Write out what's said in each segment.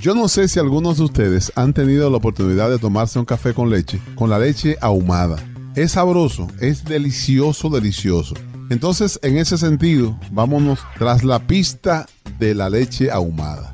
Yo no sé si algunos de ustedes han tenido la oportunidad de tomarse un café con leche, con la leche ahumada. Es sabroso, es delicioso, delicioso. Entonces, en ese sentido, vámonos tras la pista de la leche ahumada.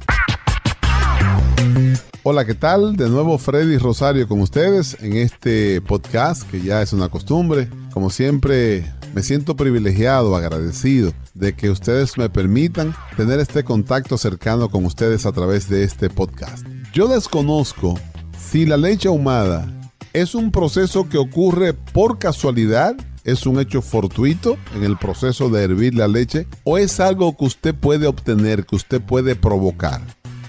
Hola, ¿qué tal? De nuevo Freddy Rosario con ustedes en este podcast que ya es una costumbre. Como siempre, me siento privilegiado, agradecido de que ustedes me permitan tener este contacto cercano con ustedes a través de este podcast. Yo desconozco si la leche ahumada es un proceso que ocurre por casualidad, es un hecho fortuito en el proceso de hervir la leche o es algo que usted puede obtener, que usted puede provocar.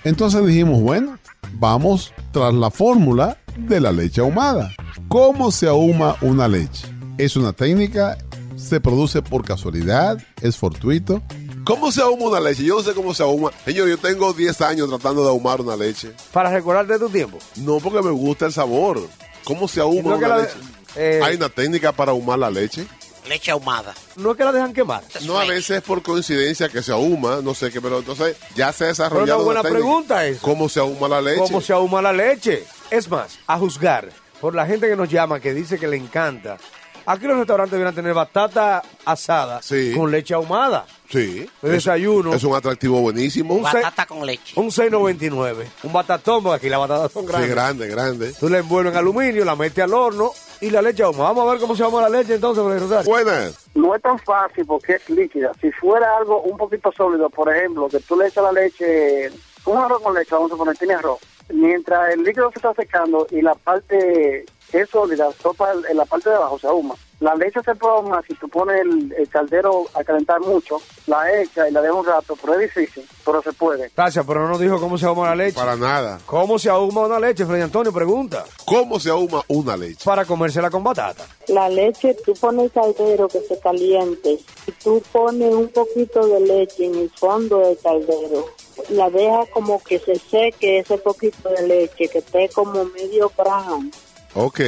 Entonces dijimos, bueno, vamos tras la fórmula de la leche ahumada. ¿Cómo se ahuma una leche? ¿Es una técnica? ¿Se produce por casualidad? ¿Es fortuito? ¿Cómo se ahuma una leche? Yo no sé cómo se ahuma. Señor, yo tengo 10 años tratando de ahumar una leche. Para recordarte tu tiempo. No, porque me gusta el sabor. ¿Cómo se ahuma Creo que una la- leche? eh, ¿Hay una técnica para ahumar la leche? Leche ahumada. No es que la dejan quemar. No, a veces es por coincidencia que se ahuma, no sé qué, pero entonces ya se ha Pero desarrollado una buena técnica. pregunta es, ¿Cómo se ahuma la leche? ¿cómo se ahuma la leche? Es más, a juzgar por la gente que nos llama, que dice que le encanta. Aquí los restaurantes vienen a tener batata asada Sí. con leche ahumada. Sí. De desayuno. Es un atractivo buenísimo. Un se- Batata con leche. Un 6.99. Un batatón, porque aquí las batatas son Sí, grandes. grande, grande. Tú la envuelves en aluminio, la metes al horno y la leche ahumada. Vamos a ver cómo se ahuma la leche entonces, Freddy Rosario. Buenas. no es tan fácil porque es líquida. Si fuera algo un poquito sólido, por ejemplo, que tú le echas la leche, un arroz con leche, vamos a poner, tiene arroz. Mientras el líquido se está secando y la parte que es sólida, sopa en la parte de abajo, se ahuma. La leche se ahuma si tú pones el, el caldero a calentar mucho, la echas y la dejas un rato, pero es difícil, pero se puede. Tacha, pero no nos dijo cómo se ahuma la leche. Para nada. ¿Cómo se ahuma una leche, Freddy Antonio? Pregunta. ¿Cómo se ahuma una leche? Para comérsela con batata. La leche, tú pones caldero que se caliente y tú pones un poquito de leche en el fondo del caldero. La deja como que se seque ese poquito de leche, que esté como medio brown. Ok.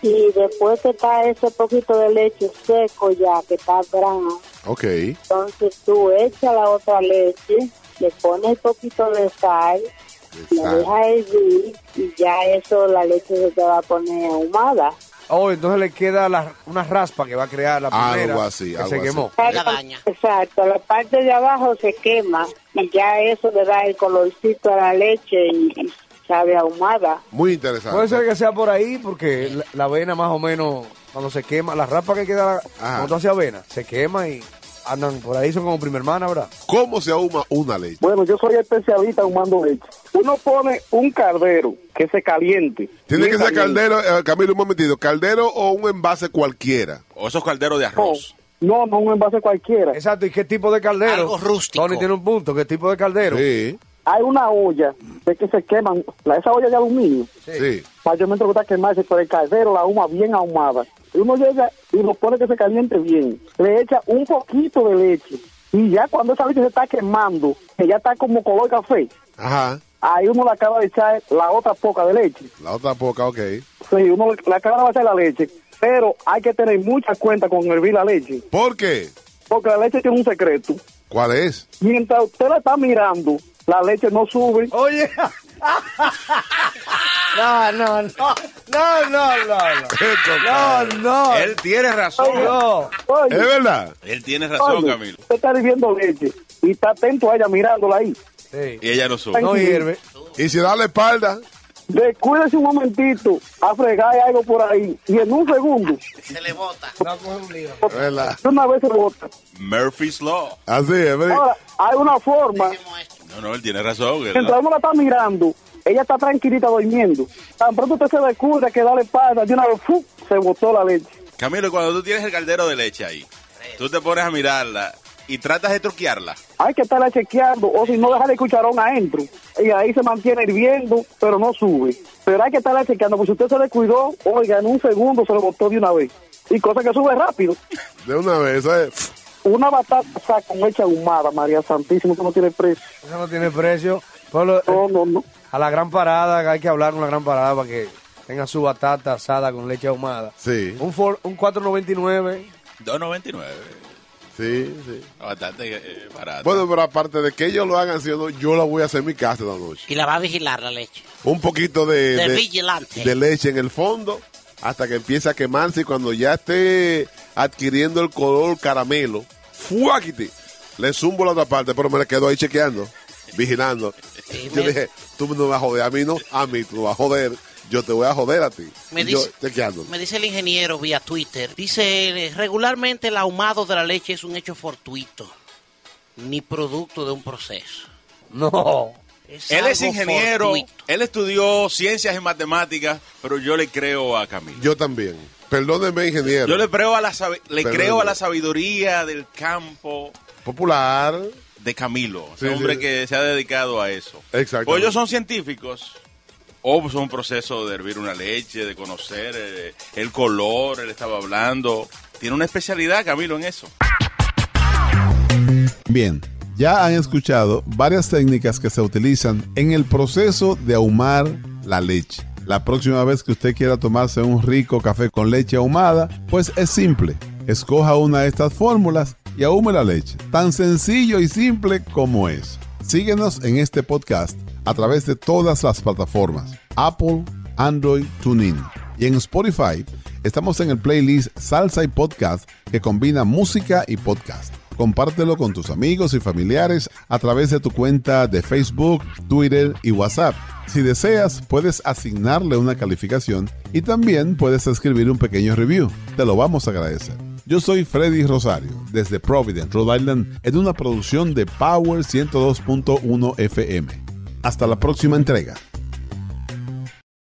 Y después que está ese poquito de leche seco ya, que está brown, Ok. entonces tú echas la otra leche, le pones un poquito de sal, la deja hervir y ya eso, la leche se te va a poner ahumada. Oh, entonces le queda la- una raspa que va a crear la Algo primera así, que algo se así. quemó. La baña. Exacto, la parte de abajo se quema y ya eso le da el colorcito a la leche y, y sabe ahumada. Muy interesante. Puede ser que sea por ahí porque la, la avena más o menos cuando se quema, la raspa que queda cuando tú haces avena, se quema y andan por ahí, son como primer hermana, ¿verdad? ¿Cómo se ahuma una leche? Bueno, yo soy especialista ahumando leche. Uno pone un caldero que se caliente. Tiene que ser caldero, eh, Camilo, un momentito. ¿Caldero o un envase cualquiera? O esos calderos de arroz. No, no un envase cualquiera. Exacto, ¿y qué tipo de caldero? Algo rústico. Tony tiene un punto, ¿qué tipo de caldero? Sí. Hay una olla de que se queman, la- esa olla de aluminio, Sí. mayormente lo que está quemarse, pero el caldero la huma bien ahumada. Y uno llega y lo pone que se caliente bien, le echa un poquito de leche y ya cuando esa leche se está quemando, que ya está como color café, Ajá. ahí uno le acaba de echar la otra poca de leche. La otra poca, ok. Sí, uno le, le acaba de echar la leche, pero hay que tener mucha cuenta con hervir la leche, ¿Por qué? porque la leche tiene un secreto. ¿Cuál es? Mientras usted la está mirando, la leche no sube. Oye. no, no, no, no, no, no, no. No, no. Él tiene razón. No. Oye, Es verdad. Él tiene razón, Oye, Camilo. Usted está viviendo leche y está atento a ella mirándola ahí. Sí. Y ella no sube. No hierve. Y si da la espalda, Descuídese un momentito a fregar algo por ahí y en un segundo, Se le bota. es verdad. de una vez se bota. Murphy's Law. Así es, ¿verdad? Ahora, hay una forma, Hacemos esto. No, no, él tiene razón. ¿verdad? mientras uno la está mirando, ella está tranquilita durmiendo. Tan pronto usted se descubre que dale espalda, de una vez ¡fu! se botó la leche. Camilo, cuando tú tienes el caldero de leche ahí, tú te pones a mirarla y tratas de truquearla. Hay que estarla chequeando, o si no, dejar el cucharón adentro. Y ahí se mantiene hirviendo, pero no sube. Pero hay que estarla chequeando, porque si usted se descuidó, oiga, en un segundo se lo botó de una vez. Y cosa que sube rápido. De una vez, ¿sabes? Una batata con leche ahumada, María Santísima, que no tiene precio. Eso no tiene precio. Pablo, No, no, no. a la gran parada, hay que hablar con la gran parada para que tenga su batata asada con leche ahumada. Sí. Un, for- un 4.99. 2.99. Sí, sí. Bastante eh, barato. Bueno, pero aparte de que ellos lo hagan, si yo, no, yo la voy a hacer en mi casa esta noche. Y la va a vigilar la leche. Un poquito de, De de- vigilante. de leche en el fondo hasta que empiece a quemarse y cuando ya esté adquiriendo el color caramelo, ¡fuáquite! Le zumbo la otra parte, pero me la quedo ahí chequeando, vigilando. Sí, Yo me- dije, tú no me vas a joder a mí, no, a mí tú me vas a joder, yo te voy a joder a ti. Me Y yo dice- chequeándolo. Me dice el ingeniero vía Twitter, dice, él, regularmente el ahumado de la leche es un hecho fortuito, ni producto de un proceso. No. él es algo ingeniero, fortuito. él estudió ciencias y matemáticas, pero yo le creo a Camilo. Yo también. Perdónenme, ingeniero. Yo le creo a la, sabi- le Pero- creo a la sabiduría del campo Popular. de Camilo, ese Sí, sí, hombre sí. que se ha dedicado a eso. Exactamente. O ellos son científicos, o son un proceso de hervir una leche, de conocer eh, el, color, él estaba hablando. Tiene una especialidad, Camilo, en eso. Bien, ya han escuchado varias técnicas que se utilizan en el proceso de ahumar la leche. La próxima vez que usted quiera tomarse un rico café con leche ahumada, pues es simple. Escoja una de estas fórmulas y ahume la leche. Tan sencillo y simple como es. Síguenos en este podcast a través de todas las plataformas. Apple, Android, TuneIn. Y en Spotify estamos en el playlist Salsa y Podcast que combina música y podcast. Compártelo con tus amigos y familiares a través de tu cuenta de Facebook, Twitter y WhatsApp. Si deseas, puedes asignarle una calificación y también puedes escribir un pequeño review. Te lo vamos a agradecer. Yo soy Freddy Rosario, desde Providence, Rhode Island, en una producción de Power 102.1 FM. Hasta la próxima entrega.